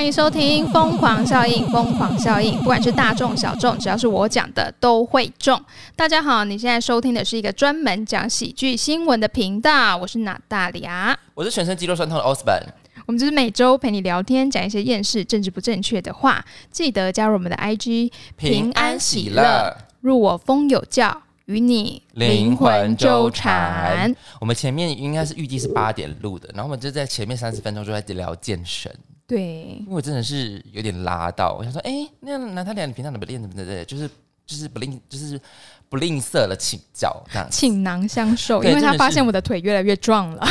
迎收听《疯狂效应》，疯狂效应，不管是大众小众，只要是我讲的都会中。大家好，你现在收听的是一个专门讲喜剧新闻的频道，我是娜大利亚。我是全身肌肉酸痛的 Osborn，我们就是每周陪你聊天，讲一些厌世、政治不正确的话。记得加入我们的 IG，平安喜乐，入我风有教，与你灵魂纠缠。。我们前面应该是预计是八点录的，然后我们就在前面三十分钟就在聊健身，对因，为我真的是有点拉到，我想说，哎、那那他俩你平常怎么练怎么的，就是就是不吝就是不吝啬了请教这样子，倾囊相授，对因为他真的是发现我的腿越来越壮了。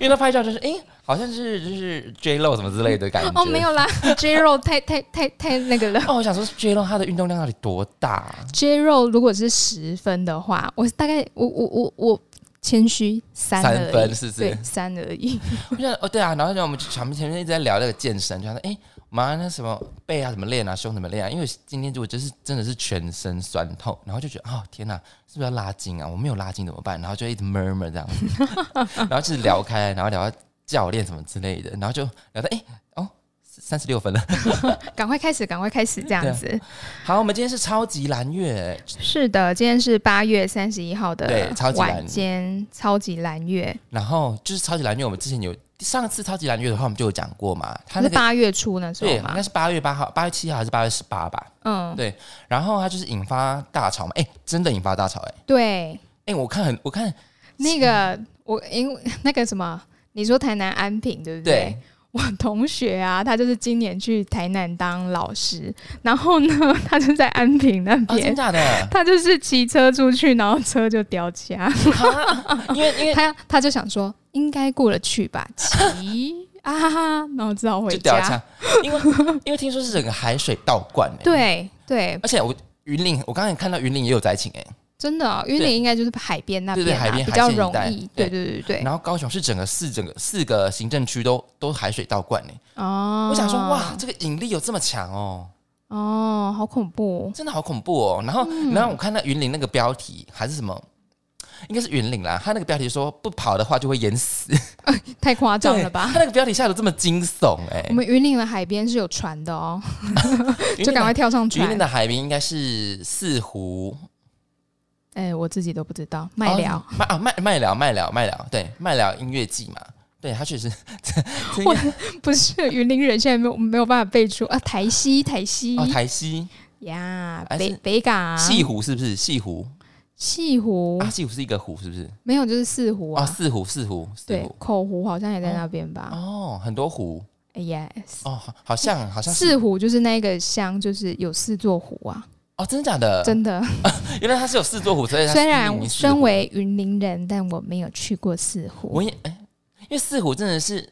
因为他拍照就是，哎、好像是就是 J Lo 什么之类的感觉。哦，没有啦，J 肉太太太太那个了。哦，我想说 J Lo 他的运动量到底多大？ J 肉如果是十分的话，我大概我我我我谦虚三三而已分是不是对，三而已。 我想哦，对啊，然后就我们前面前面一直在聊那个健身，就想说，哎、妈那什么背啊怎么练啊，胸怎么练啊？因为今天就我就是真的是全身酸痛，然后就觉得哦天哪，是不是要拉筋啊？我没有拉筋怎么办？然后就一直 murmur 这样子， 然后就是聊开，然后聊到教练什么之类的，然后就聊到哎、哦三十六分了。 赶快开始，赶快开始，这样子。啊好，我们今天是超级蓝月，是的，今天是八月三十一号的对超级蓝晚间，超级蓝月，然后就是超级蓝月，我们之前有上次超级蓝月的话，我们就有讲过嘛，他是那个八月初那时候对，应嘛该。是八月八号、八月七号还是八月十八吧？嗯，对，然后他就是引发大潮嘛，哎、真的引发大潮、哎，对，哎，我看很，我看那个我因为那个什么，你说台南安平对不对，我同学啊，他就是今年去台南当老师，然后呢， 他就在安平那啊，真边，，假的 他就是骑车出去，然后车就掉家，哈因为因为 他他就想说应该过得去 吧，骑啊哈哈，然后只好回就掉家下。，因为因为听说是整个海水倒灌、哎，，对对，而且我云林，我刚才看到云林也有灾情、哎，真的、哦，云对林应该就是海边那对对边、啊、海边比较海线一容带易，对对对对对。然后高雄是整个四整个四个行政区都都海水倒灌、哎、哦，我想说，哇，，这个引力有这么强哦，哦，好恐怖，真的好恐怖哦。然后、嗯然后我看到云林那个标题还是什么。应该是云林啦，他那个标题说不跑的话就会淹死，太夸张了对吧？他那个标题下的这么惊悚、哎我，们云林的海边是有船的哦，就云林的赶快跳上云船林。的海边应该是四湖哎、我自己都不知道，卖聊。 哦麦啊麦麦寮麦寮麦寮对麦寮音乐季嘛，对它确实 这我个不是云林人，现在没有没有办法背出啊，台西台西哦台西呀，还是北北港西湖是不是西湖西啊湖、啊西湖是一个湖是不是没有，就是四湖啊啊，四湖四湖四对湖，口湖好像也在那边吧、哦很多湖 y e s 哦好好像好像是四湖就是那个乡，就是有四座湖啊，哦真的假的真的。原来它是有四座湖，所以它虽是然命我名四身湖为云林人，但我没有去过四湖我。也哎因为四湖真的是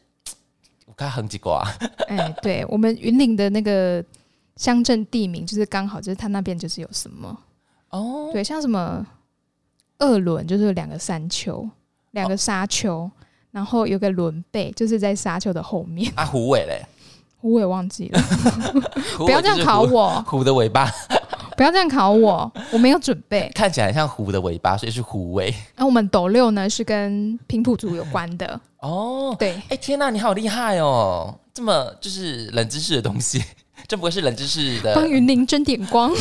我看横几瓜哎、对我们云林的那个乡镇地名，就是刚好就是它那边就是有什么，哦对，像什么二轮就是有两个山丘，两个沙丘，然后有个轮背，就是在沙丘的后面， 啊湖尾嘞，我也忘 记了，不不要这样考我，湖的尾巴。 不要这样考我，我没有准备。看起来像虎的尾巴，所以是虎尾。那、我们斗六呢是跟平埔族有关的，哦，对，哎、天呐，你好厉害哦！这么就是冷知识的东西， 这不会是冷知识的？帮云林争点光。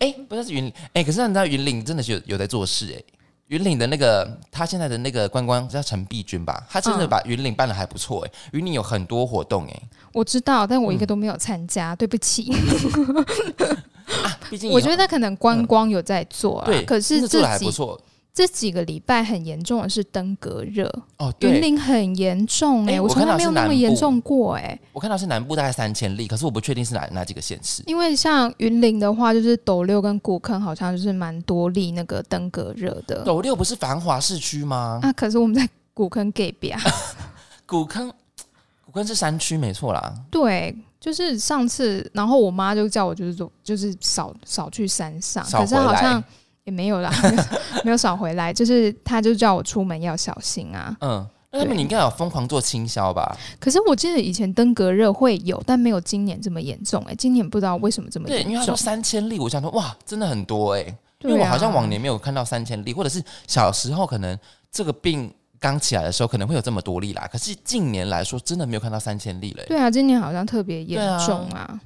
哎、不是是云林，哎、可是你知道云林真的是有有在做事哎、云林的那个，他现在的那个观光叫陈碧君吧，他真的嗯把云林办的还不错哎、云林有很多活动哎、我知道，但我嗯一个都没有参加，对不起。啊，毕竟我以后觉得可能观光有在做啊，嗯对，可真是的做的还这不几错这几个礼拜很严重的是登革热，哦。云对，林很严重哎、哎我我从看来到没有是那么南严部重过哎、我看到是南部大概三千例，可是我不确定是哪哪几个县市。因为像云林的话，就是斗六跟古坑好像就是蛮多例那个登革热的斗六不是繁华市区吗？啊，可是我们在古坑啊给边，古坑，古坑是山区没错啦。对。就是上次，然后我妈就叫我就是说，就是少少去山上，少可是回来好像也没有啦， 没有没有少回来。就是她就叫我出门要小心啊。嗯，那他对们应该有疯狂做倾销吧？可是我记得以前登革热会有，但没有今年这么严重、哎，今年不知道为什么这么对，因为严他重说。三千例，我想说哇，真的很多哎、对因为我啊好像往年没有看到三千例，或者是小时候可能这个病刚起来的时候可能会有这么多例啦，可是近年来说真的没有看到三千例了、欸。对啊，今年好像特别严重啊。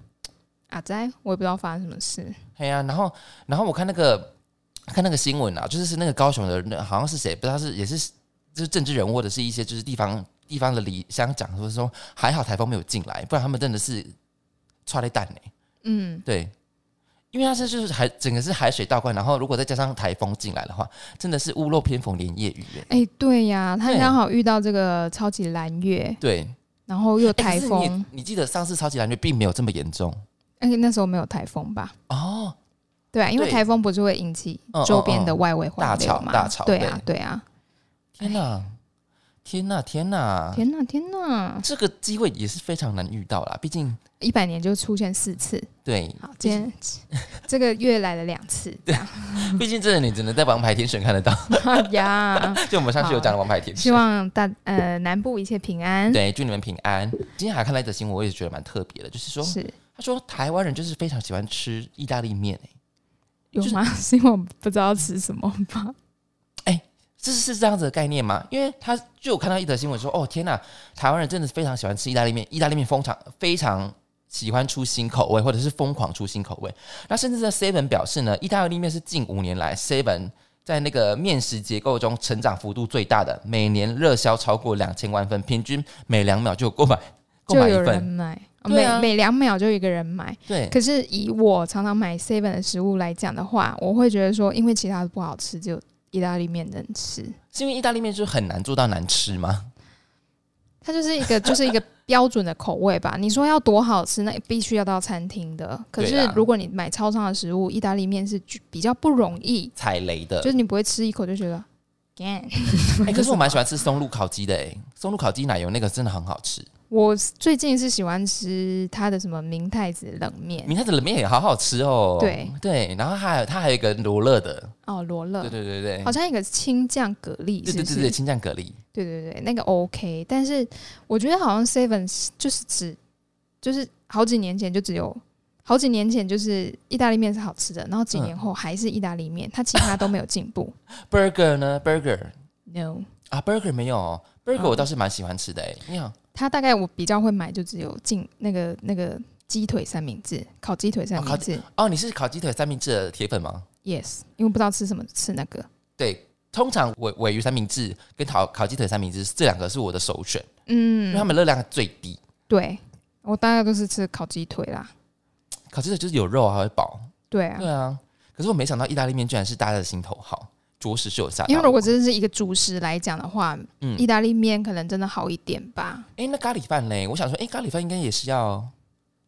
阿仔、我也不知道发生什么事。对呀、啊然后然后我看那个看那个新闻啊，就是是那个高雄的，那好像是谁，不知道是也是就是政治人物或者是一些就是地方地方的里乡长，说说还好台风没有进来，不然他们真的是 踹了蛋呢、嗯，对，因为它是就是海整个是海水倒灌，然后如果再加上台风进来的话，真的是屋漏偏逢连夜雨、欸。哎、对呀，他对刚好遇到这个超级蓝月，对，然后又有欸可台是风。你你记得上次超级蓝月并没有这么严重而且那时候没有台风吧？哦，对啊，因为对台风不是会引起周边的外围环流嘛、嗯嗯嗯大潮大潮对啊，对啊！天哪、天哪、天哪、哎天哪，天哪！这个机会也是非常难遇到啦，毕竟一百年就出现四次，对，好，今天 这个月来了两次，这样毕竟这个你只能在王牌天选看得 到，哎 呀！就我们上次有讲的王牌天希选。望大呃南部一切平安。对，祝你们平安。今天还看到一则新闻，我也觉得蛮特别的，就是说，是他说台湾人就是非常喜欢吃意大利面、欸，有吗？ 是因为我不知道吃什么吗？这是这样子的概念吗？因为他就有看到一则新闻说，哦天呐，台湾人真的非常喜欢吃意大利面，意大利面非常非常喜欢出新口味，或者是疯狂出新口味。那甚至在 Seven 表示呢，意大利面是近五年来 Seven 在那个面食结构中成长幅度最大的，每年热销超过两千万份，平均每两秒就有购买 购就买一有人份。买，对每啊每两秒就有一个人买。对，可是以我常常买 seven 的食物来讲的话，我会觉得说，因为其他的不好吃，只有意大利面能吃。是因为意大利面就是很难做到难吃吗？它就是 一个就是一个标准的口味吧。你说要多好吃，那必须要到餐厅的。可对是啊如果你买超商的食物，意大利面是具比较不容易，踩雷的。就是你不会吃一口就觉得干。 哎、可是我蛮喜欢吃松露烤鸡的、欸，松露烤鸡奶油那个真的很好吃。我最近是喜欢吃它的什么明太子冷面明太子冷面也好好吃哦。对对，然后还有它还有一个罗勒的，哦，罗勒对，对对对，好像一个青酱蛤蜊，对是对不是对对，青酱蛤蜊，对对对，那个 OK，但是我觉得好像 Seven 就是只就是好几年前就只有好几年前就是意大利面是好吃的，然后几嗯年后还是意大利面，它其他都没有进步。 burger 呢？burger No，啊，burger 没有、哦、，burger 嗯我倒是蛮喜欢吃的哎、你好，它大概我比较会买就只有进那个那个鸡腿三明治，烤鸡腿三哦烤明治、哦，你是烤鸡腿三明治的铁粉吗？ y e s 因为不知道吃什么吃那个。对，通常尾尾鱼三明治跟烤烤鸡腿三明治这两个是我的首选，因为它嗯，们热量最低，对，我大概都是吃烤鸡腿啦。烤鸡腿就是有肉还会饱。对啊，对啊，可是我没想到意大利面居然是大家的心头好，着实是有吓到我。因为如果真的是一个主食来讲的话，啊嗯意大利面可能真的好一点吧。哎、那咖喱饭嘞？我想说，哎、咖喱饭应该也是要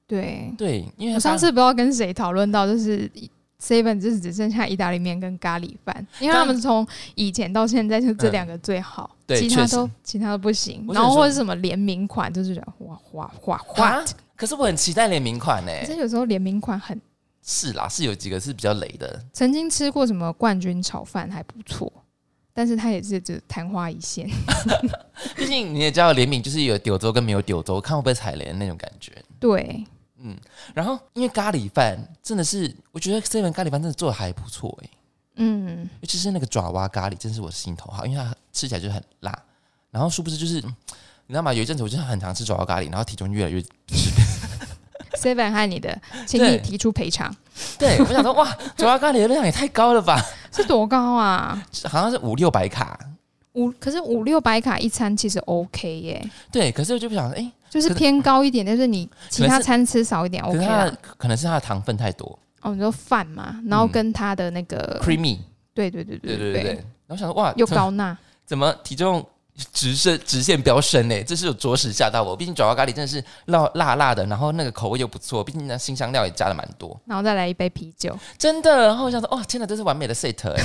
对，对，因为它我上咖次不知道跟谁讨论到，就是 seven 就是只剩下意大利面跟咖喱饭，因为他们从以前到现在就这两个最好，嗯对其确他实都其他都不行。我只能然后说或者什么联名款，就是觉得哇哇哇哇啊！，可是我很期待联名款呢、可是有时候联名款很，是啦，是有几个是比较雷的，曾经吃过什么冠军炒饭还不错，但是它也是只昙花一现。 毕竟你也知道联名就是有丢州跟没有丢州，看会不会踩雷的那种感觉。对，嗯，然后因为咖喱饭真的是，我觉得 seven 咖喱饭真的做的还不错哎、嗯，尤其是那个爪哇咖喱，真是我的心头好，因为它吃起来就是很辣，然后殊不知就是。嗯你知道吗？有一阵子我就是很常吃爪哇咖喱，然后体重越来越…… seven 和你的，请对你提出赔偿 对我想说，哇，爪哇咖喱的热量也太高了吧？是多高啊？好像是五六百卡。五可是五六百卡一餐其实 OK 耶、对，可是我就不想，哎、就是可是偏高一点，但是你其可他是餐吃少一点可 OK 是它啦的。可能是它的糖分太多哦，你说饭嘛，然后嗯跟它的那个， ，creamy，对对对嗯对对对对对。然后想说哇，又怎么高 钠，怎么体重直升直线飙升呢？这是有着实吓到我。毕竟爪哇咖喱真的是辣辣辣的，然后那个口味又不错，毕竟那新香料也加了蛮多，然后再来一杯啤酒。真的。然后我想说，哇，天哪，这是完美的 set 哎、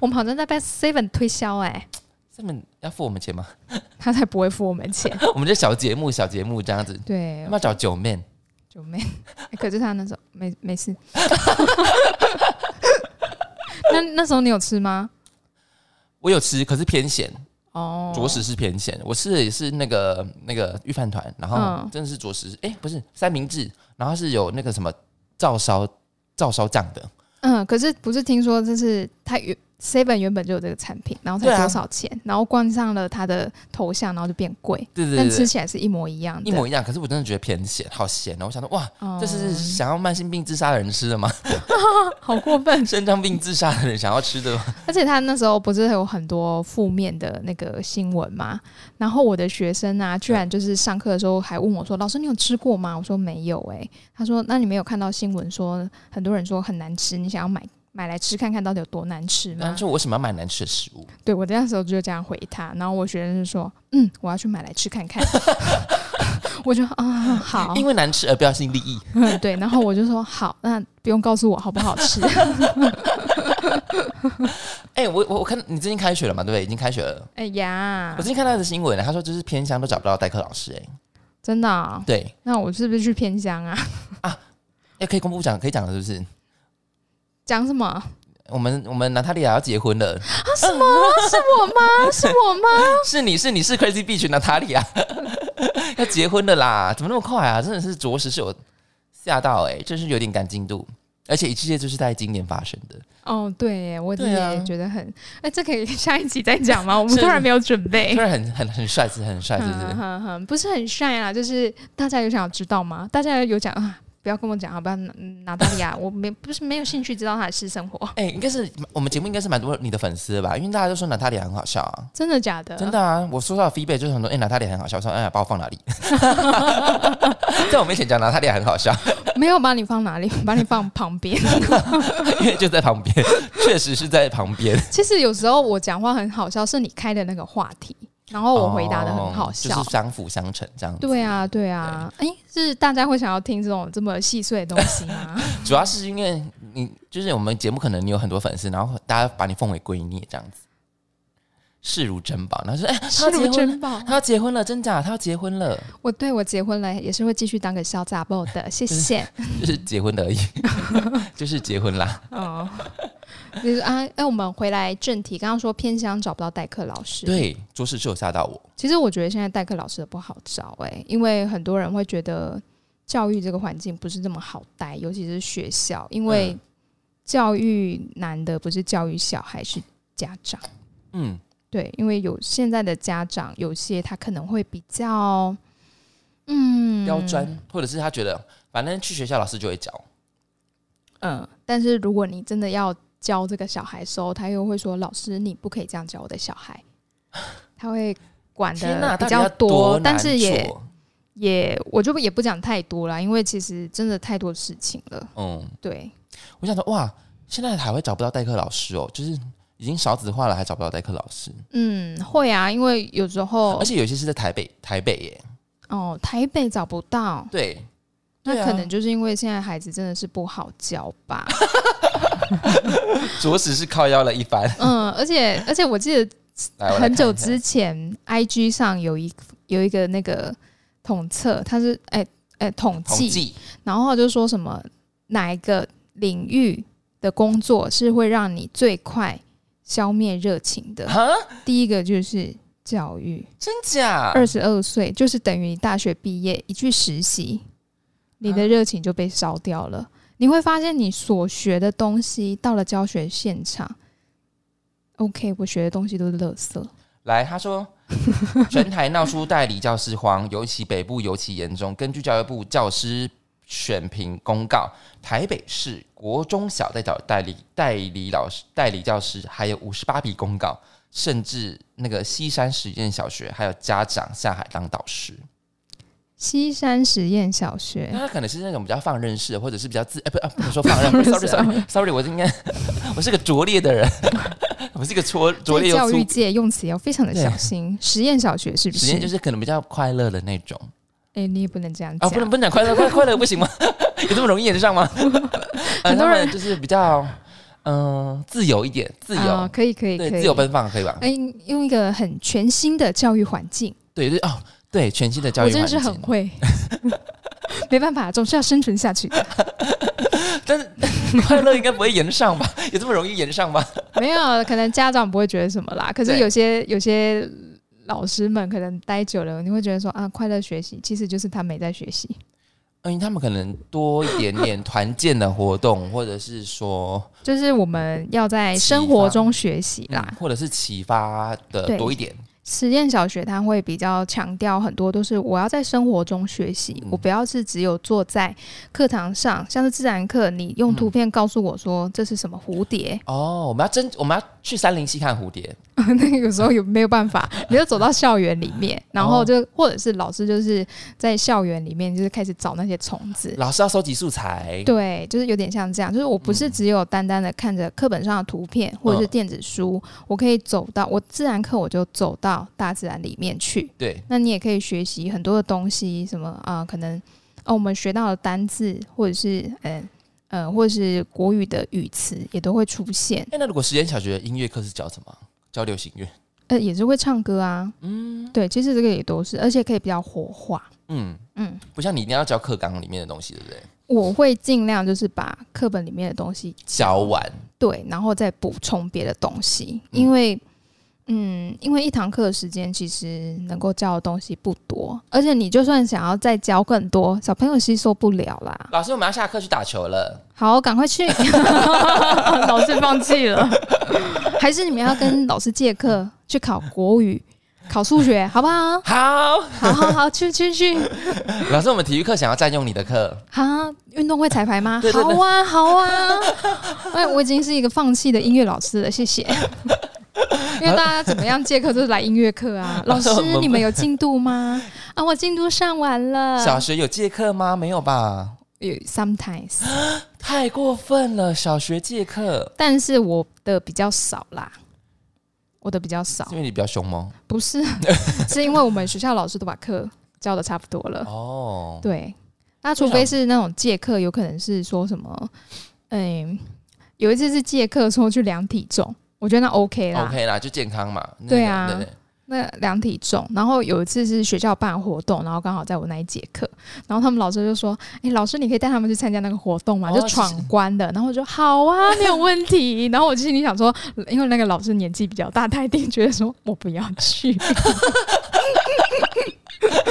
我们好像在被 Seven 推销哎、这么要付我们钱吗？ 他才不会付我们钱。我们这小节目小节目这样子，对要不，要找九妹？九 妹，哎可是他那时候没没事。 那那时候你有吃吗？我有吃，可是偏咸，哦，着实是偏咸。我吃的也是那个那个御饭团，然后嗯真的是着实，哎、不是三明治，然后是有那个什么照烧照烧酱的，嗯，可是不是听说这是它原 Seven 原本就有这个产品，然后对才啊多少钱，然后冠上了它的头像，然后就变贵，对对但对吃对，起来是一模一样的。一模一样。可是我真的觉得偏咸，好咸哦！我想说，哇，哦这是想要慢性病自杀的人吃的吗？ 好过分，肾脏病自杀的人想要吃的吗？而且他那时候不是有很多负面的那个新闻吗？然后我的学生啊，居然就是上课的时候还问我说：“老师，你有吃过吗？”我说：“没有。”诶，他说：“那你没有看到新闻说很多人说很难吃，你想要买买来吃看看到底有多难吃然吗后说我为什么要买难吃的食物？？”对我那时候就这样回他，然后我学生就说：“嗯，我要去买来吃看 看。”我就啊好，因为难吃而标新立异。嗯对，然后我就说好，那不用告诉我好不好吃。 哎、我我我看你最近开学了嘛？对不对？已经开学了。哎呀我，最近看到的新闻，他说就是偏乡都找不到代课老师、哎，真的啊、对，那我是不是去偏乡啊？ 哎、可以公布讲，可以讲了，是不是？讲什么？我们我们娜塔莉亚要结婚了，啊什么？是我 吗？是我吗？是你是你是 Crazy Beach 娜塔莉亚要结婚的啦，怎么那么快啊？真的是着实是我吓到哎、真是有点赶进度，而且一切就是在今年发生的。哦，对耶，我自己对啊也觉得很……哎、这可以下一集再讲 吗？我们是突然没有准备虽。然很很很帅，是很帅，是不哼是？哼哼不是很帅啦，就是大家有想要知道吗？大家有讲啊，不要跟我讲好不要拿拿大 利亚，我没不是没有兴趣知道他的私生活，哎、应该是我们节目应该是蛮多你的粉丝的吧，因为大家都说娜塔莉亚很好笑啊，真的假的？真的啊，我收到的 feedback 就是很多，哎、娜塔莉亚很好笑，我说哎、呀把我放 哪里？在我面前讲娜塔莉亚很好笑，没有把你放哪里， 把你放旁 边。因为就在旁边，确实是在旁 边。其实有时候我讲话很好笑，是你开的那个话题，然后哦我回答的很好笑。哦就是相辅相成这样子。对，啊，对啊，哎、是大家会想要听这种这么细碎的东西吗？ 主要是因为你就是我们节目可能你有很多粉丝，然后大家把你奉为圭臬这样子，视如珍宝。然后说，哎、他视要结如婚了，珍宝。他要结婚了，真假？他要结婚了，我对我结婚了，也是会继续当个小杂包 的，谢谢。就是结婚的而已， 就是结婚啦。哦，就是啊，哎、我们回来正题，刚刚说偏乡找不到代课老师，，对，着实是有吓到我。其实我觉得现在代课老师不好找、哎，因为很多人会觉得教育这个环境不是这么好待，尤其是学校，因为嗯教育难的不是教育小孩，是家长。嗯，对，因为有现在的家长，有些他可能会比较，嗯，刁钻，或者是他觉得反正去学校老师就会教。嗯，但是如果你真的要教这个小孩的时候，他又会说：“老师，你不可以这样教我的小 孩。”他会管天哪，的比到底较要多但难是也做也我就也不讲太多啦，因为其实真的太多事情了。嗯，对，我想说哇，现在还会找不到代课老师哦，就是已经少子化了，还找不到代课老师。嗯，会啊，因为有时候而且有些是在台北，台北耶，哦，台北找不到，对，那对啊可能就是因为现在孩子真的是不好教吧。 着实是靠腰了一番。嗯，而且而且我记得来，我来很久看一下之前，IG 上有一有一个那个统测，它是哎哎、统统计，计，然后就说什么哪一个领域的工作是会让你最快消灭热情的？哈，第一个就是教育，真假？二十二岁就是等于你大学毕业一去实习，啊你的热情就被烧掉了。你会发现你所学的东西到了教学现场，OK，我学的东西都是垃圾。来，他说，全台闹出代理教师荒，尤其北部尤其严重。根据教育部教师选评公告，台北市国中小代表代理代理老师、代理教师还有五十八笔公告，甚至那个西山实验小学还有家长下海当导师。西山实验小学那，他可能是那种比较放任式的，或者是比较自……哎、不，啊，不能说 放任啊，sorry sorry sorry，我应该 我是个拙劣的人， 我是一个拙拙在劣又教粗育界用词要非常的对小心。实验小学是不时是间，？就是可能比较快乐的那种哎、你也不能这样讲、啊，不能不能讲快乐，快快乐不行吗？ 有这么容易演得 上吗？呃，很他多人们就是比较嗯、呃自由一点，自由、啊可以可以可对以，自由奔放可以吧？哎、用一个很全新的教育环境，对对哦，对全新的教我育真环的是境，很会，没办法，总是要生存下去的。但是 快乐应该不会演得上吧？ 有这么容易演得 上吗？没有，可能家长不会觉得什么啦，可是对有些有些老师们可能待久了，你会觉得说啊，快乐学习其实就是他没在学习。嗯，他们可能多一点点团建的活动，或者是说，就是我们要在生活中学习嗯啦。或者是启发的对多一点。实验小学它会比较强调很多，都是我要在生活中学习，嗯我不要是只有坐在课堂上，像是自然课，你用图片告诉我说这是什么蝴蝶， 哦，我们要真，我们要去山林溪看蝴蝶。那个时候有没有办法， 你就走到校园里面，然后就、或者是老师就是在校园里面就是开始找那些虫子。老师要收集素材，对，就是有点像这样，就是我不是只有单单的看着课本上的图片或者是电子书，我可以走到我自然课我就走到大自然里面去，对，那你也可以学习很多的东西，什么啊、呃可能哦，我们学到的单字，或者是嗯呃或者是国语的语词，也都会出现。哎、那如果实验小学的音乐课是教什么？教流行乐。呃，也是会唱歌啊，嗯，对，其实这个也都是，而且可以比较活化。嗯嗯嗯，不像你一定要教课纲里面的东西，对不对？我会尽量就是把课本里面的东西教完，对，然后再补充别的东西，嗯因为。嗯，因为一堂课的时间其实能够教的东西不多，而且你就算想要再教更多，小朋友吸收不了啦。老师，我们要下课去打球了。好，赶快去！ 老师放弃了，还是你们要跟老师借课去考国语、考数学，好不好？好，好好好，去去去！老师，我们体育课想要占用你的课，啊，运动会彩排吗？对对对好啊，好啊！哎，我已经是一个放弃的音乐老师了，谢谢。因为大家怎么样借课都是来音乐课 啊。老师我们，不你们有进度吗？啊，我进度上完小了。学有借课吗？没有吧？有 sometimes，太过分了，小学借课，但是我的比较少啦，我的比较少是。因为你比较凶吗？不 是，是因为我们学校老师都把课教的差不多了。哦，对，那除非是那种借课，有可能是说什么，嗯，有一次是借课说去量体重，我觉得那 OK 啦 OK 啦，就健康嘛。那个对啊对对那量体重。然后有一次是学校办活动，然后刚好在我那一节课，然后他们老师就说：“哎、老师，你可以带他们去参加那个活动吗？哦就闯关的。”然后我就好啊，没有问题。 然后我就心里想说，因为那个老师年纪比较大，他一定觉得说我不要 去。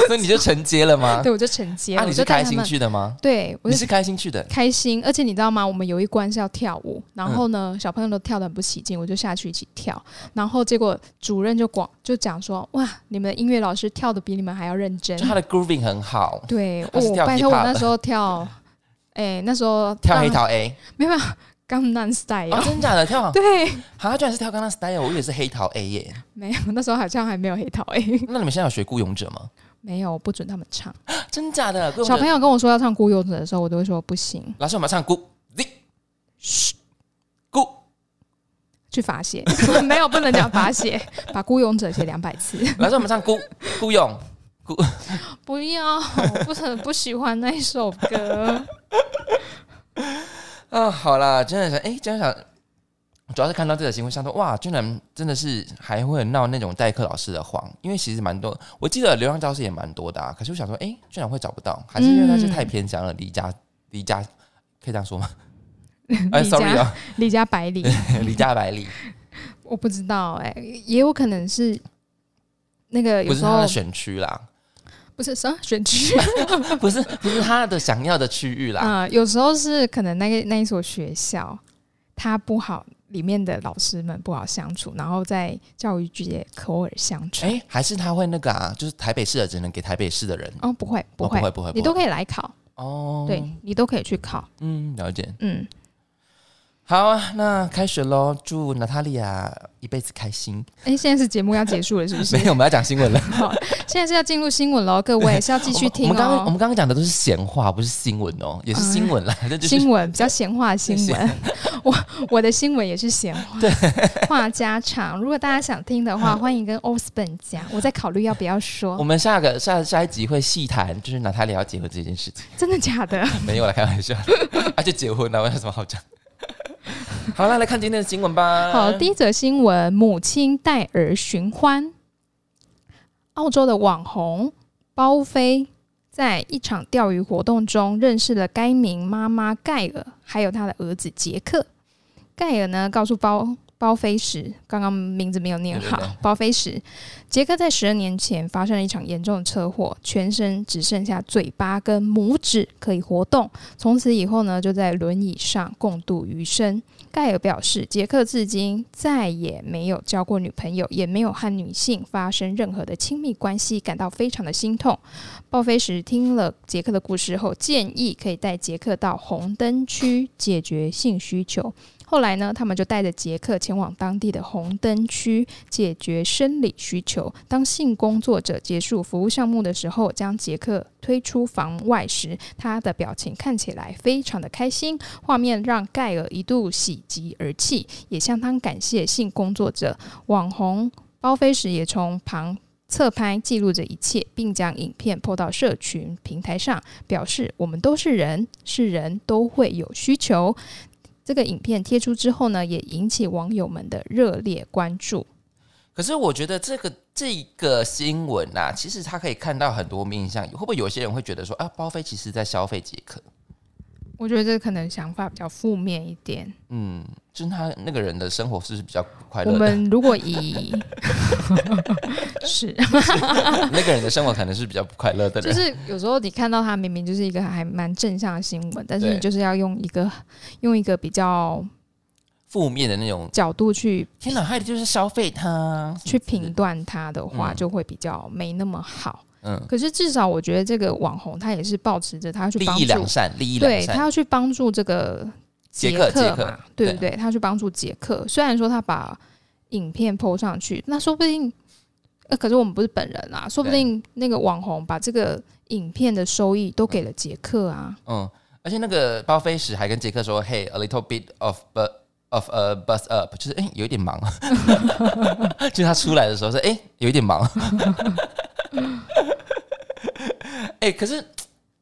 所以你就承接了吗？对，我就承接了，啊，我你就是带开他心们。去的吗？对，我你就是嗯开心去的，开心，而且你知道吗？我们有一关是要跳舞，然后呢，嗯小朋友都跳得很不起劲，我就下去一起跳，然后结果主任就广就讲说：“哇，你们的音乐老师跳得比你们还要认真就。他的 grooving 很好”，对，他是我、跳拜托我 hip-hop 那时候跳，哎、那时候跳黑桃，桃 A，没有没有刚 n style，、哦，真假的跳，对，好，他居然是跳刚刚 style，我以为是黑桃 A 耶。没有，那时候好像还没有黑桃 哎、那你们现在有学《孤勇者》吗？没有，不准他们唱。真假的，孤勇者小朋友跟我说要唱《孤勇者》的时候，我都会说不行，老师，我们要唱孤 z 孤，去罚写， 没有不能讲罚写，把《孤勇者》写两百次。老师，我们唱孤 孤勇，不要，我不是 不喜欢那一首歌。啊，好啦，真的想，哎、真的想，主要是看到这个新闻，想说哇，居然真的是还会闹那种代课老师的黄，因为其实蛮多，我记得流浪教师也蛮多的、啊，可是我想说，哎、居然会找不到，还是因为他是太偏乡了，离家离家可以这样说吗？ 哎离，sorry 家啊，离家百 里，离家百里，我不知道哎、也有可能是那个有不是时他候的选区啦，不是什么选区不是不是他的想要的区域啦， 啊、有时候是可能那个那一所学校它不好，里面的老师们不好相处，然后在教育界口耳相传。哎、还是他会那个啊，就是台北市的只能给台北市的人，哦，不会不哦会，不会不会你不都会可以来考，哦，对，你都可以去考。嗯，了解。嗯，好啊，那开学喽！祝娜塔莉亚一辈子开心。哎、现在是节目要结束了，是不是 没？有，我们要讲新 闻了。好，现在是要进入新闻喽，各 位是要继续听我们刚刚哦我。们刚刚讲的都是闲话，不是新闻哦，也是新闻啦。 那就是新闻比较闲话的新 谢闻，我我的新闻也是闲话，话家常。如果大家想听的话，欢迎跟 Osborn 讲，我在考虑要不要嗯我说，们下个下下一集会细谈，就是娜塔莉亚要结婚这件事情。 真的假的？没有啦，开 玩笑，啊，就结婚了，我有什么好讲？ 好了，来看今天的新闻吧。好，第一则新闻：母亲带儿寻欢。澳洲的网红包菲在一场钓鱼活动中认识了该名妈妈盖尔，还有他的儿子杰克。盖尔呢告诉包包菲什，刚刚名字没有念好对对对，包菲什。杰克在十二年前发生了一场严重的车祸，全身只剩下嘴巴跟拇指可以活动，从此以后呢就在轮椅上共度余生。盖尔表示，杰克至今再也没有交过女朋友，也没有和女性发生任何的亲密关系，感到非常的心痛。鲍菲什听了杰克的故事后，建议可以带杰克到红灯区解决性需求。后来呢，他们就带着杰克前往当地的红灯区解决生理需求。当性工作者结束服务项目的时候，将杰克推出房外时，他的表情看起来非常的开心，画面让盖尔一度喜极而泣，也相当感谢性工作者。网红包菲什也从旁。侧拍记录着一切，并将影片抛到社群平台上，表示我们都是人，是人都会有需求，这个影片贴出之后呢，也引起网友们的热烈关注。可是我觉得这个这个新闻啊，其实他可以看到很多面向，会不会有些人会觉得说啊，包菲其实在消费杰克？我觉得这可能想法比较负面一点。嗯，就是他那个人的生活是不是比较不快我乐的？们如果以是， 那个人的生活可能是比较不快乐的就人。是有时候你看到他明明就是一个还蛮正向的新闻，但是对你就是要用一个用一个比较负面的那种，角度去天哪，害的就是消费他。去评断它的话，嗯就会比较没那么好。嗯，可是至少我觉得这个网红他也是保持着他要去利帮益助良善，利益良对他善。要去帮助这个捷捷克捷克嘛，对不对对？他要去帮助杰克，虽然说他把影片 PO 上去，那说不定，呃，可是我们不是本人啊，说不对定那个网红把这个影片的收益都给了杰克啊。嗯，而且那个包菲史还跟杰克说，Hey, a little bit of bu of a bus up，就是哎、有一点忙。 就是他出来的时候说，哎、有一点忙。 哎、可是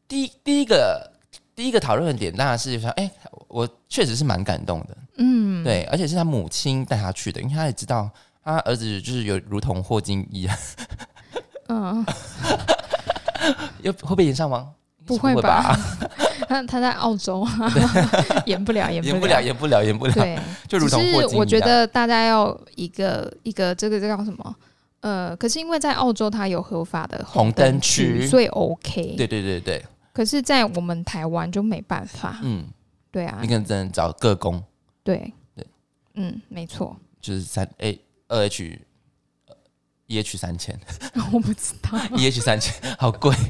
第一第一个第一个讨论的点，当然是说，哎、我确实是蛮感动的。嗯，对，而且是他母亲带他去的，因为他也知道他儿子就是有如同霍金一样， 嗯，又会不会演上吗？不会吧吧？？ 他他在澳洲啊， 演不了，演演不不了，。演不了，演不了，对，就如同霍只金一是样。我觉得大家要一个一个这个这叫什么？呃，可是因为在澳洲它有合法的红灯灯区所以 OK。对，对对对，可是，在我们台湾就没办法。嗯，对啊你，可能只能找个工，对，对，嗯，没错， 就是三 A 二 H。E H 三千我不知道。 ，E H 三千好贵。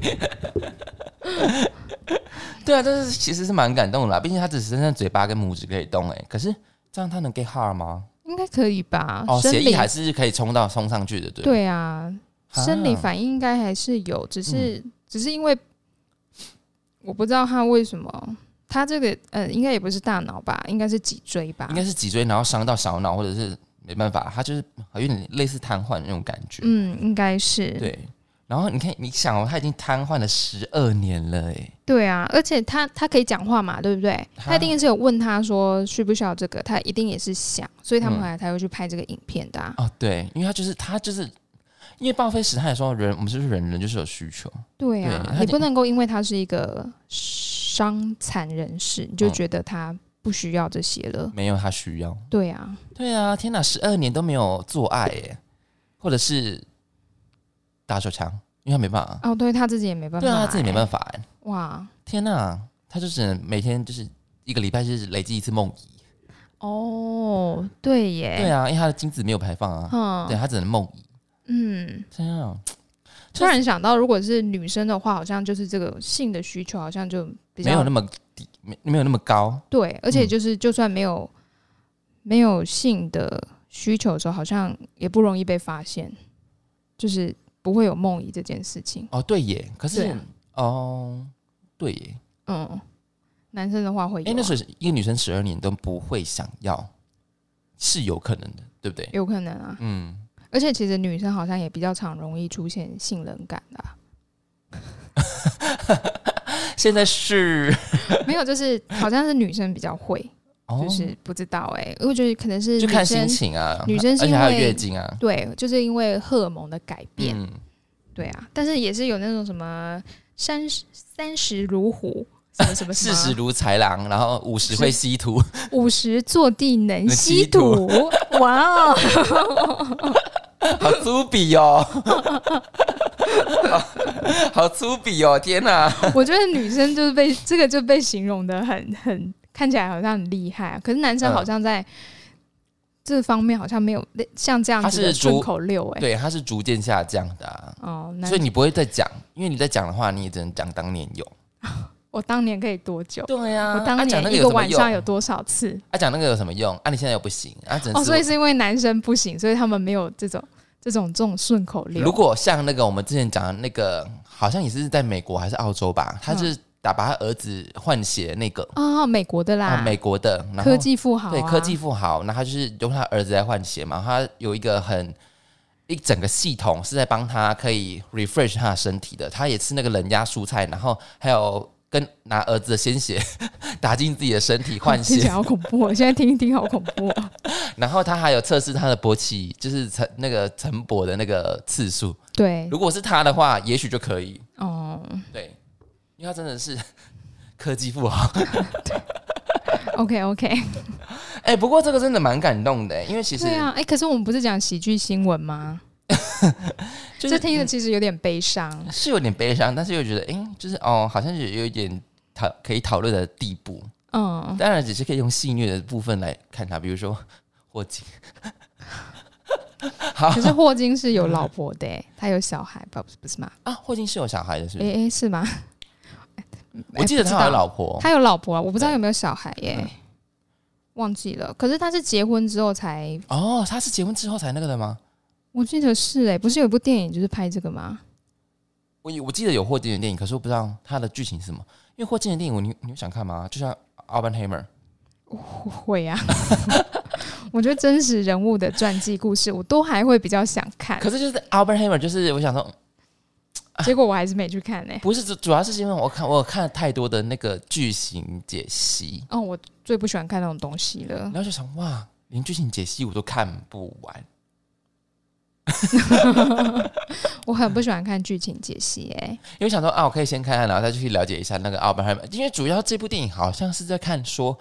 对啊，但是其实是蛮感动的啦，毕竟他只剩下嘴巴跟拇指可以动哎、可是这样他能 get hard 吗？应该可以吧？哦，生协议理还是可以冲到冲上去的，对不对对啊，啊嗯生理反应应该还是有，只是、只是因为我不知道他为什么，他这个呃，应该也不是大脑吧，应该是脊椎吧啊应？该是脊椎，然后伤到小脑，或者是没办法，他就是有点类似瘫痪那种感觉。嗯，应该是对。然后你看，你想哦，他已经瘫痪了十二年了，哎，对啊，而且他他可以讲话嘛，对不对？他他一定是有问他说需不需要这个，他一定也是想，所以他们嗯后来才会去拍这个影片的、啊。哦，对，因为他就是他就是，因为报废时他也说人，我们就是人，人就是有需求，对啊对，他你就不能够因为他是一个伤残人士，你就嗯觉得他不需要这些了。没有他需要。对啊，对啊，天哪，十二年都没有做爱，哎，或者是打手枪，因为他没办法，哦，对他自己也没办法、欸对啊，他自己没办法。法，哎，哇，天哪，他就只能每天就是一个礼拜就是累积一次梦遗，哦，对耶，对啊，因为他的精子没有排放啊，对嗯他只能梦遗。嗯，天啊，突然想到，如果是女生的话，好像就是这个性的需求好像就比没有较那么低，没没有那么高，对，而嗯且就是就算没有、没有性的需求的时候，好像也不容易被发现，就是不会有梦遗这件事情。哦，对耶，可是对啊哦，对耶，嗯，男生的话会有啊、哎、那时候一个女生十二年都不会想要，是有可能的，对不对？有可能啊。嗯，而且其实女生好像也比较常容易出现性冷感的啊、 现 在是没有，就是好像是女生比较会，哦，就是不知道哎、我觉得可能是就看女生心情啊，女生是而且因还有为月经啊，对，就是因为荷尔蒙的改变，嗯，对啊，但是也是有那种什么三十三十如虎，什么什么什 四么十如豺狼，然后五十会吸土，五十坐地能能吸吸土， 哇哦！好粗鄙哦，好好粗鄙哦，天哪！我觉得女生就是被这个就被形容的很很看起来好像很厉害、啊，可是男生嗯好像在这方面好像没有类像这样他子是的顺逐口溜哎、对，它是逐渐下降的啊、哦，那所以你不会再讲，因为你在讲的话，你也只能讲当年有。我当年可以多久？对呀、我当啊讲那年一个有个什么晚上有用？多少次？啊，讲那个有什么用？啊，你现在又不行啊，只能哦，是所以是因为男生不行，所以他们没有这种这种这种顺口溜。如果像那个我们之前讲的那个，好像也是在美国还是澳洲吧，他嗯就是打把他儿子换血那个哦，美国的啦，啊，美国的，然后科技富豪、啊，对科技富豪，那他就是用他儿子在换血嘛，他有一个很一整个系统是在帮他可以 refresh 他的身体的，他也吃那个冷压蔬菜，然后还有跟拿儿子的鲜血打进自己的身体 换听起血来，好恐怖哦！现在听一听好恐怖、 哦。然后他还有测试他的勃起，就是晨那个晨勃的那个次数，对，如果是他的话，也许就可以，哦对，因为他真的是 科技富豪， ，OK OK，哎、不过这个真的蛮感动的、因为其实对啊，哎、可是我们不是讲喜剧新闻吗？ 就这是听着其实有点悲伤。是有点悲伤，但是又觉得，哎、就是哦，好像是有一点讨可以讨论的地步。 嗯，当然，只是可以用戏虐的部分来看它，比如说霍金。 好可是霍金是有老婆的、欸，他有小孩吧？不是不是吗？啊，霍金是有小孩的，是哎、不是？哎、是吗？我记得哎不知他有道老婆，他有老婆啊，我不知道哦对有没有小孩耶、嗯忘记了。可是他是结婚之后才，哦，他是结婚之后才那个的吗？我记得是哎、不是有一部电影就是拍这个吗？ 我以我记得有霍金的电影，可是我不知道他的剧情是什么。因为霍金的电影，我你你有想看吗？就像奥本海默，不会啊， 我觉得真实人物的传记故事我都还会比较想看，可是就是奥本海默，就是我想说，结果我还是没去看呢、欸不是主主要是因为我看我有看了太多的那个剧情解析，哦，我最不喜欢看那种东西了然。后就想哇，连剧情解析我都看不完。我很不喜欢看剧情解析、欸，因为想说啊，我可以先看看，然后再去了解一下那个奥本海默，因为主要这部电影好像是在看说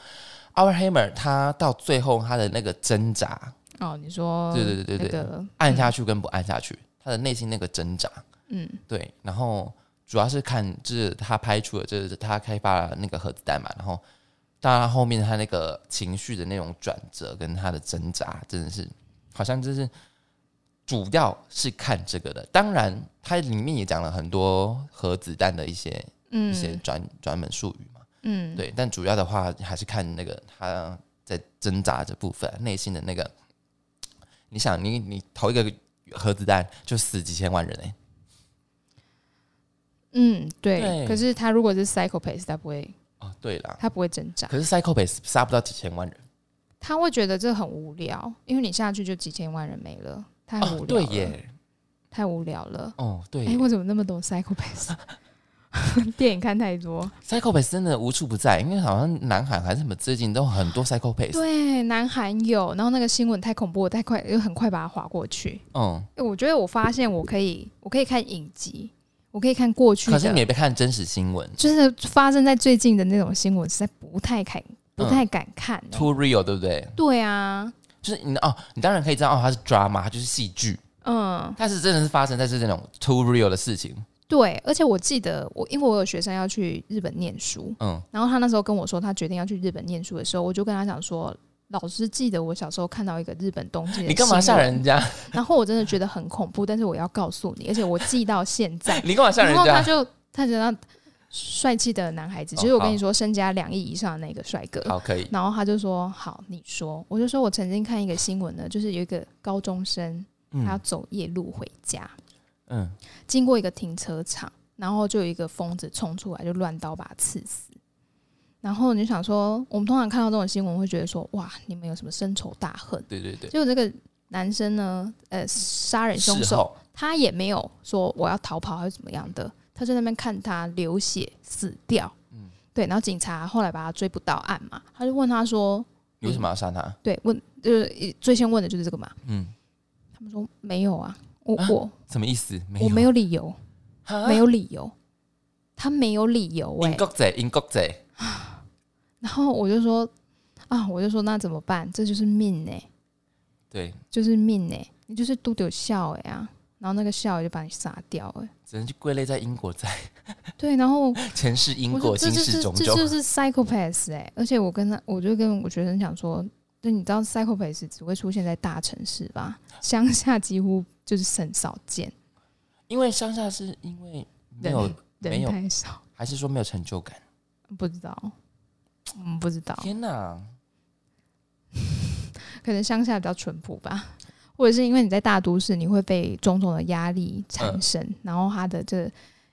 奥本海默他到最后他的那个挣扎，哦，你说对对对对对那个按下去跟不按下去，他的内心那个挣扎，嗯，对，然后主要是看就是他拍出了就是他开发了那个核子弹嘛，然后到他后面他那个情绪的那种转折跟他的挣扎，真的是好像就是主要是看这个的，当然它里面也讲了很多核子弹的一些一些嗯专专门术语嘛。嗯，对，但主要的话还是看那个他在挣扎这部分内心的那个。你想，你你投一个核子弹就死几千万人哎、嗯对。对可是他如果是 psychopath，他不会，哦，对啦，他不会挣扎，可是 Psycho Base 杀不到几千万人。他会觉得这很无聊，因为你下去就几千万人没了，太嗯无聊哦，对了，耶，太无聊了。哦，对哎、我怎么那么懂 psychopath？电影看太多， ，Psycho Base 真的无处不在，因为好像南韩还是什么，最近都很多 Psycho Base。对，南韩有，然后那个新闻太恐怖，我太快又很快把它划过去。嗯，哎、我觉得我发现我可以，我可以看影集，我可以看过去可是的你，也别看真实新闻就是发生在最近的那种新闻，实在不太敢，嗯不太敢看、欸。 ，Too Real，对不对？对啊，就是你哦，你当然可以知道哦，它是 drama，它就是戏剧，嗯，但是真的是发生在是这种 Too Real 的事情。对，而且我记得我，因为我有学生要去日本念书，嗯，然后他那时候跟我说他决定要去日本念书的时候，我就跟他讲说。老师记得我小时候看到一个日本东京，你干嘛吓？人家？然后我真的觉得很恐怖，但是我要告诉你，而且我记到现在。你干嘛 吓人然后他家？就他觉得帅气的男孩子，哦就是我跟你说身家两亿以上的那个帅哥。好，可以。然后他就说：“好，你说。”我就说：“我曾经看一个新闻呢，就是有一个高中生，他要嗯走夜路回家，嗯，经过一个停车场，然后就有一个疯子冲出来，就乱刀把他刺死。然后你就想说，我们通常看到这种新闻，会觉得说：哇，你们有什么深仇大恨？对对对。结果这个男生呢，呃，杀人凶事手后他也没有说我要逃跑还是怎么样的，他就在那边看他流血死掉。嗯对，然后警察后来把他追捕到案嘛，他就问他说，你为什么要杀他？对，问就是最先问的就是这个嘛，嗯，他们说没有啊，我、啊我什么意思？没啊我没有理由，有没有理由，他没有理由哎、英国仔，英国仔，然后我就说啊，我就说那怎么办？这就是命哎、对，就是命哎、你就是嘟嘟笑哎、啊，然后那个笑就把你杀掉哎、只能去归类在因果在对，然后前世因我果，说今这就世是种这就种。是 psychopath 哎、而且我跟他，我就跟我学生讲说，就你知道 psychopath 只会出现在大城市吧，乡下几乎就是很少见，因为乡下是因为没有人，没人有太少，还是说没有成就感？不知道，嗯，不知道，天哪！可能乡下比较淳朴吧，或者是因为你在大都市，你会被种种的压力产生，嗯然后他的这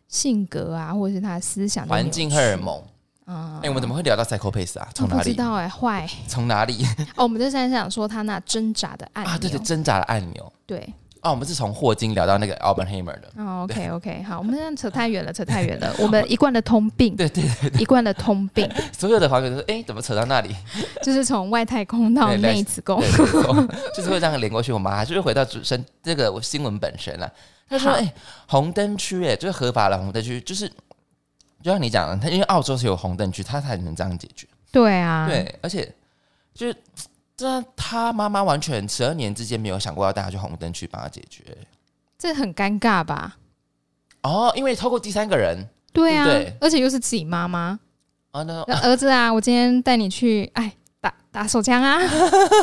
性格啊，或者是他的思想都扭曲环境荷尔蒙。啊，哎、我们怎么会聊到 psychopath 啊？从我哪不知里？道哎、坏从哪里哦，我们在在想说他那挣扎的按钮，啊？对对，挣扎的按钮。对哦，我们是从霍金聊到那个 Oppenheimer 的。哦，OK OK，好，我们这样扯太远了，扯太远了，我们一贯的通 病，对对一贯的通病所有的华人都说：“哎、怎么扯到 那里就是从外太空到对来内子？”宫对，，没错就是会这样连过去。我妈就是回到主身这个新闻本身了、她说：“好哎、红灯区，哎，就是合法的红灯区，就是就像你讲的，它因为澳洲是有红灯区，它才能这样解决。对啊，对，而且就是这他妈妈完全十二年之间没有想过要带他去红灯区帮他解决。这很尴尬吧？哦，因为透过第三个人对啊，对不对而且又是自己妈妈，啊， 那那儿子啊，我今天带你去，哎，打打手枪啊，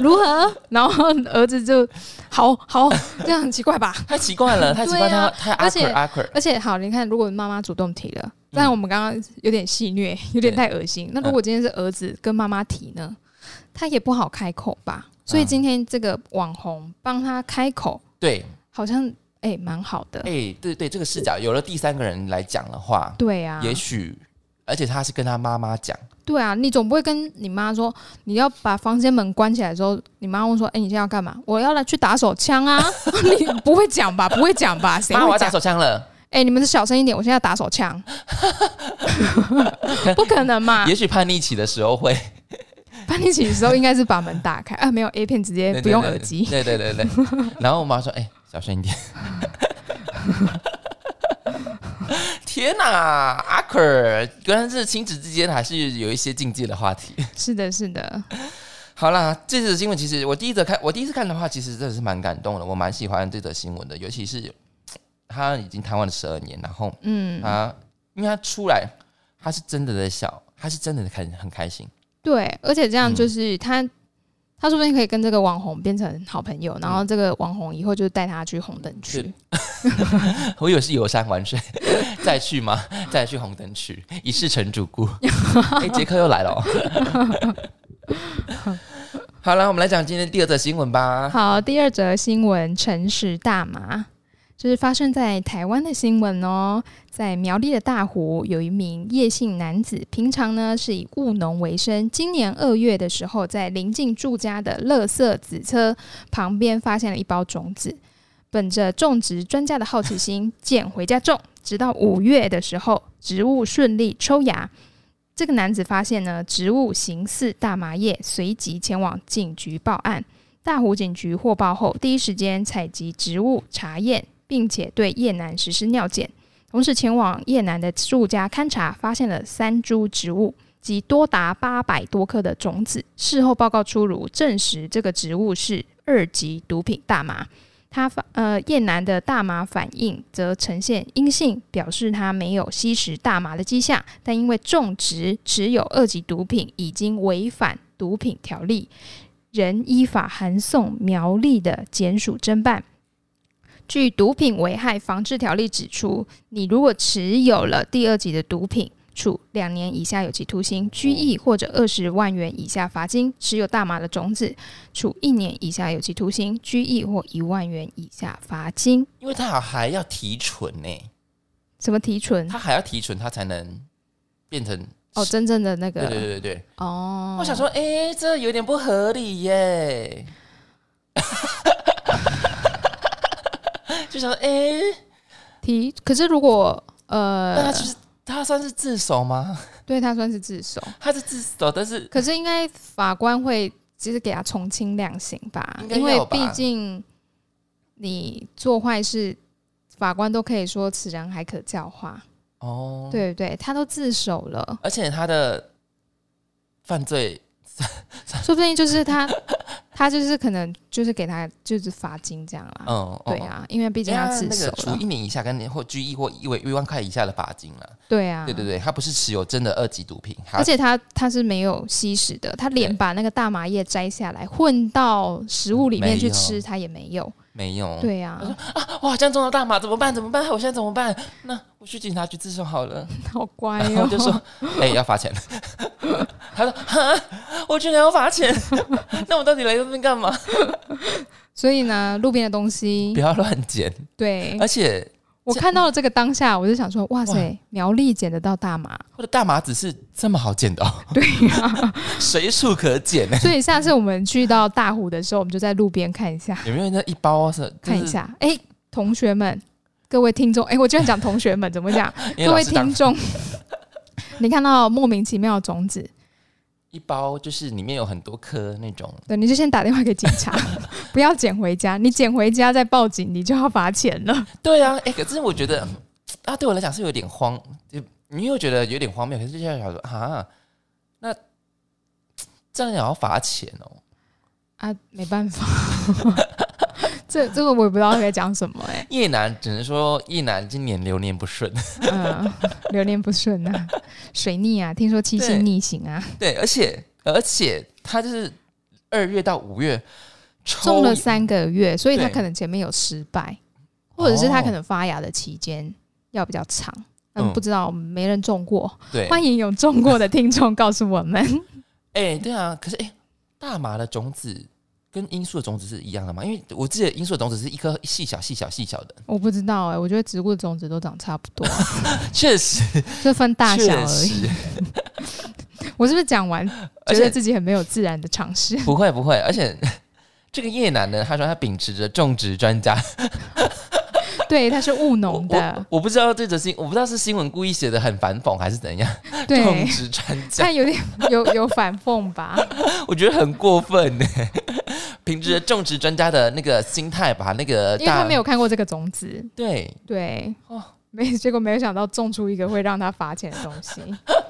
如何？然后儿子就好好，这样很奇怪吧？太奇怪了，太奇怪，对他啊太阿而且克阿克，而且好，你看，如果妈妈主动提了，嗯但我们刚刚有点戏虐，有点太恶心。那如果今天是儿子跟妈妈提呢，他也不好开口吧？所嗯以今天这个网红帮他开口，对，好像哎蛮好的哎、。对对，这个视角有了第三个人来讲的话，对啊，也许，而且他是跟他妈妈讲，对啊，你总不会跟你妈说你要把房间门关起来之后，你妈问说：“哎、你现在要干嘛？”我要来去打手枪啊！ 你不会讲吧？不会讲吧？谁妈，我会要打讲？手枪了。哎、你们是小声一点，我现在要打手枪， 不可能嘛？也许叛逆期的时候会，叛逆期的时候应该是把门打开啊，没有 A 片直接对不用耳机。对对对对对。对然后我妈说：“哎、小声一点。” 天哪、阿克尔，原来是亲子之间还是有一些禁忌的话题。 是的，是的，好啦，这则新闻其实我第一则看，我第一次看的话，其实真的是蛮感动的，我蛮喜欢这则新闻的，尤其是他已经瘫痪了十二年，然后嗯，他、因为他出来，他是真的在笑，他是真的很很开心，对，而且这样嗯就是他，他说不定可以跟这个网红变成好朋友，然后这个网红以后就带他去红灯区嗯是。我以为是游山玩水， 再去吗？再去红灯区，一世成主顾。哎、杰克又来了、哦。好了，我们来讲今天第二则新闻吧。好，第二则新闻：诚实大麻，这是发生在台湾的新闻哦。在苗栗的大湖，有一名叶姓男子，平常呢是以务农为生。今年二月的时候，在邻近住家的垃圾子车旁边发现了一包种子，本着种植专家的好奇心，捡回家种，直到五月的时候，植物顺利抽芽。这个男子发现呢，植物形似大麻叶，随即前往警局报案。大湖警局获报后，第一时间采集植物查验，并且对叶南实施尿检，同时前往叶南的住家勘查，发现了三株植物及多达八百多颗的种子。事后报告出炉，证实这个植物是二级毒品大麻。他发呃，叶南的大麻反应则呈现阴性，表示他没有吸食大麻的迹象，但因为种植持有二级毒品已经违反毒品条例，仍依法函送苗栗的检署侦办。据《毒品危害防治条例》指出，你如果持有了第二级的毒品，处两年以下有期徒刑、拘役或者二十万元以下罚金；持有大麻的种子，处一年以下有期徒刑、拘役或一万元以下罚金。因为他还要提纯呢、什么提纯？他还要提纯，他才能变成。哦，真正的那个对对对对，哦，我想说，哎、这有点不合理耶。 就想说，哎、提。可是如果那他呃，就是他算是自首吗？对他算是自首，他是自首，但是可是应该法官会其实给他从轻量刑吧，应该因为要吧毕竟你做坏事，法官都可以说此人还可教化。哦，对不对？他都自首了， 而且他的犯罪说不定就是他， 他就是可能就是给他就是罚金这样啦。嗯，对嗯，啊，因为毕毕竟他自那首个处了一。年以下跟或拘役或一万一万块以下的罚金了。对啊，对对对，他不是持有真的二级毒品，他而且他他是没有吸食的，他连对把那个大麻叶摘下来混到食物里面去没有嗯吃，他也没有。没有。对啊，哇，好像中了大麻，怎么办？怎么办？我现在怎么办？那我去警察局自首好了。 好乖 然哦后。就说，哎、要罚钱。 他说，哈，我居然要罚钱， 那我到底来这边干嘛？哎所以呢，路边的东西不，要乱捡，对而且我看到了这个当下，我就想说，哇塞，苗栗捡得到大 麻，我的大麻子是这么好捡的、哦，对呀、 随处可捡。所以下次我们去到大湖的时候，我们就在路边看一下，有没有那一包啊是？就是看一，下。哎，同学们，各位听众，哎，我居然讲同学们，怎么讲？ 因为各老位师当听众， 你看到莫名其妙的种子，一包就是里面有很多颗那种，对，你就先打电话给警 察，不要捡回家，你捡回家再报警，你就要罚钱 了。对啊，哎、可是我觉得啊，对我来讲是有点荒，就你又觉得有点荒谬，可是就在想说啊，那这样也要罚钱哦。啊，没办法， 这这个我也不知道该讲什么哎、叶楠只能说叶楠今年流年不 顺，嗯，流年不顺 啊，水逆啊，听说七对星逆行啊，对，而且而且他就是二月到五月抽中了三个月，所以他对可能前面有失败，或者是他哦可能发芽的期间要比较长。嗯嗯，不知道，没人中过。对，欢迎有中过的听众告诉我 们。哎、对啊，可是哎、大麻的种子跟罂粟的种子是一样的吗？因为我记得罂粟的种子是一颗细小、细小、细小的，我不知道哎、我觉得植物的种子都长差不多啊， 确实，就分大小确而已。 实，我是不是讲完而觉得且自己很没有自然的尝 试？不会不会，而且这个叶楠呢，他说他秉持着种植专家，对，它是务我农的我，我不知道这则新，我不知道是新闻故意写的很反讽还是怎样，种对，植专家，但有点有有反讽 吧？我觉得很过分呢。 凭着种植专家的那个心态，把那个因为他大没有看过这个种子，对对，哦没 结果没有想到种出一个会让他罚钱的东西。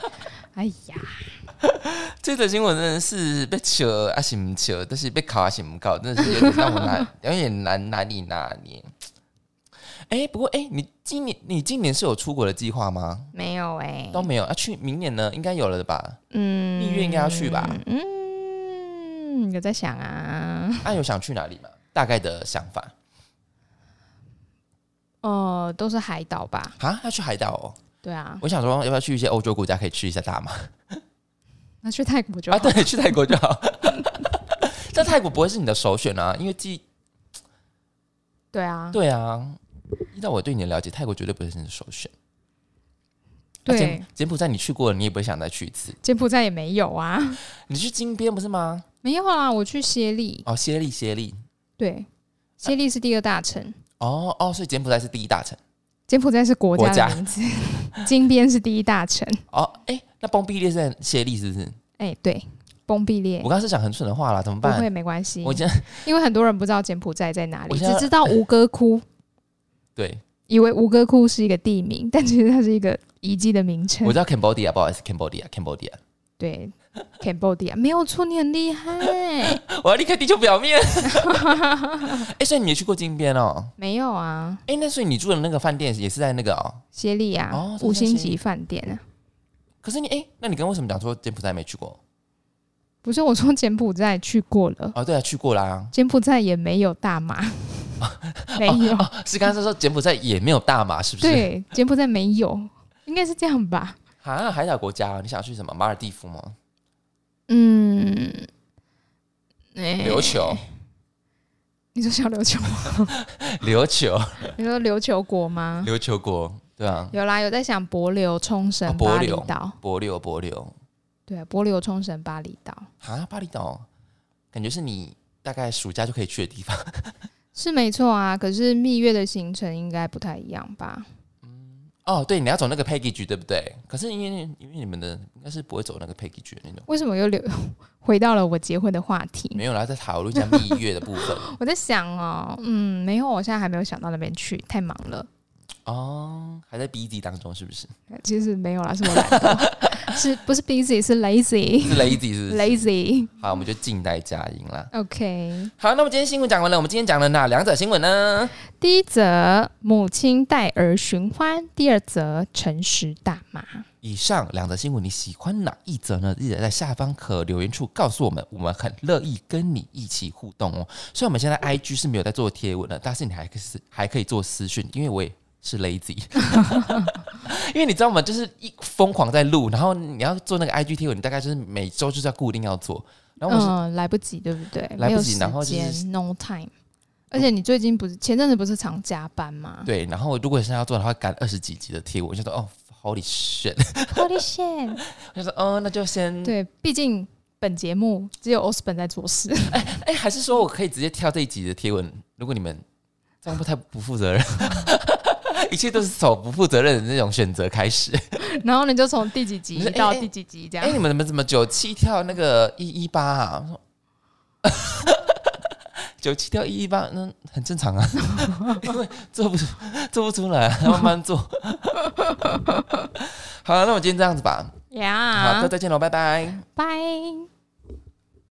哎呀，这则新闻真的是被笑啊，是不笑，但是被考啊，是不考，真的是有点让我难，有点难难以拿捏。哎、不过哎、你今年你今年是有出国的计划吗？没有哎、都没有啊，去明年呢，应该有了的 吧？嗯，蜜月应该要去吧？嗯，有在想啊，啊，有想去哪里吗？大概的想法呃，都是海岛吧？啊，要去海岛哦。对啊，我想说，要不要去一些欧洲国家可以吃一下大麻那去泰国就好啊？对，去泰国就 好。但泰国不会是你的首选啊，因为记对啊，对啊，依照我对你的了解，泰国绝对不会是你的首选。对啊柬柬埔寨你去过了，你也不会想再去一次。柬埔寨也没有啊，你去金边不是吗？没有啊，我去暹粒，哦，暹粒，暹粒，啊对，暹粒是第二大城。哦哦，所以柬埔寨是第一大城。柬埔寨是国国家家的名字，金边是第一大城。哦，哎、那崩壁列是在暹粒是不是？哎、对，崩壁列我刚刚是讲很蠢的话啦，怎么不办会？没关系我，今天因为很多人不知道柬埔寨在哪我里，现在只知道吴哥窟， 对，以为吴哥窟是一个地名， 但其实它是一个遗迹的名我称知。道 Cambodia，不好意思，Cambodia，Cambodia，对，Cambodia 没有错，你很厉 害。我要离开地球表面。哎、所以你也去过金边 哦？没有啊，哎、那所以你住的那个饭店也是在那个哦？暹粒啊，哦五星级饭店啊。可是你哎、那你刚刚为什么讲说柬埔寨没去过？不是我说柬埔寨去过了，哦，对啊，去过啦。柬埔寨也没有大 麻，没有。是刚才说柬埔寨也没有大麻，哦是不是？哦对，柬埔寨没有，应该是这样吧。啊，海岛国家，你想去什么？马尔蒂夫吗？嗯，哎 琉球，你说小琉球吗？琉球，你说琉球国吗？琉球国，对啊，有啦，有在想帛琉、冲绳、啊帛巴厘琉岛。帛琉，帛琉，对，帛琉、冲绳、巴厘岛啊，巴厘岛，感觉是你大概暑假就可以去的地方。是没错啊，可是蜜月的行程应该不太一样吧？哦，对，你要走那个 package 对不对？可是因为因为你们的应该是不会走那个 package 的那种，为什么又留 回到了我结婚的话题？没有啦，在讨论一下蜜月的部分。我在想哦，嗯，没有，我现在还没有想到那边去，太忙了。哦，还在 busy 当中是不是？其实没有啦，是我懒惰， 是不是 busy 是 lazy 是 lazy 是不是？ lazy。好，我们就静待佳音啦。 OK，好，那么今天新闻讲完了，我们今天讲了哪两则新闻呢？第一则母亲带儿寻欢，第二则诚实大妈。以上两则新闻，你喜欢哪一则呢？记得在下方可留言处告诉我们，我们很乐意跟你一起互动哦。虽然我们现在 IG 是没有在做贴文了，但是你还可以私还可以做私讯，因为我也是 lazy，因为你知道吗？就是一疯狂在录，然后你要做那个 IG 贴文，你大概就是每周就是要固定要做，然后我是、嗯，来不及，对不对？来不没及有时间然后就是，no time。而且你最近不是前阵子不是常加班吗对，然后如果现在要做的话，赶二十几集的贴文，我就说哦，Holy shit， ？Holy shit！就说哦，那就 先对，毕竟本节目只有 Osborn 在做事， 哎、还是说我可以直接跳这一集的贴文？如果你们这样不太不负责任， 一切都是从不负责任的那种选择开始。然后你就从第几集你说哎到哎第几集这哎、样。你们怎么怎么九七跳那个一一八啊？我说 九七跳一一八，那很正常啊， 因为做不出做不出来，啊慢慢做。 好了，那我今天这样子吧。好，呀各位，再见喽，拜拜。拜。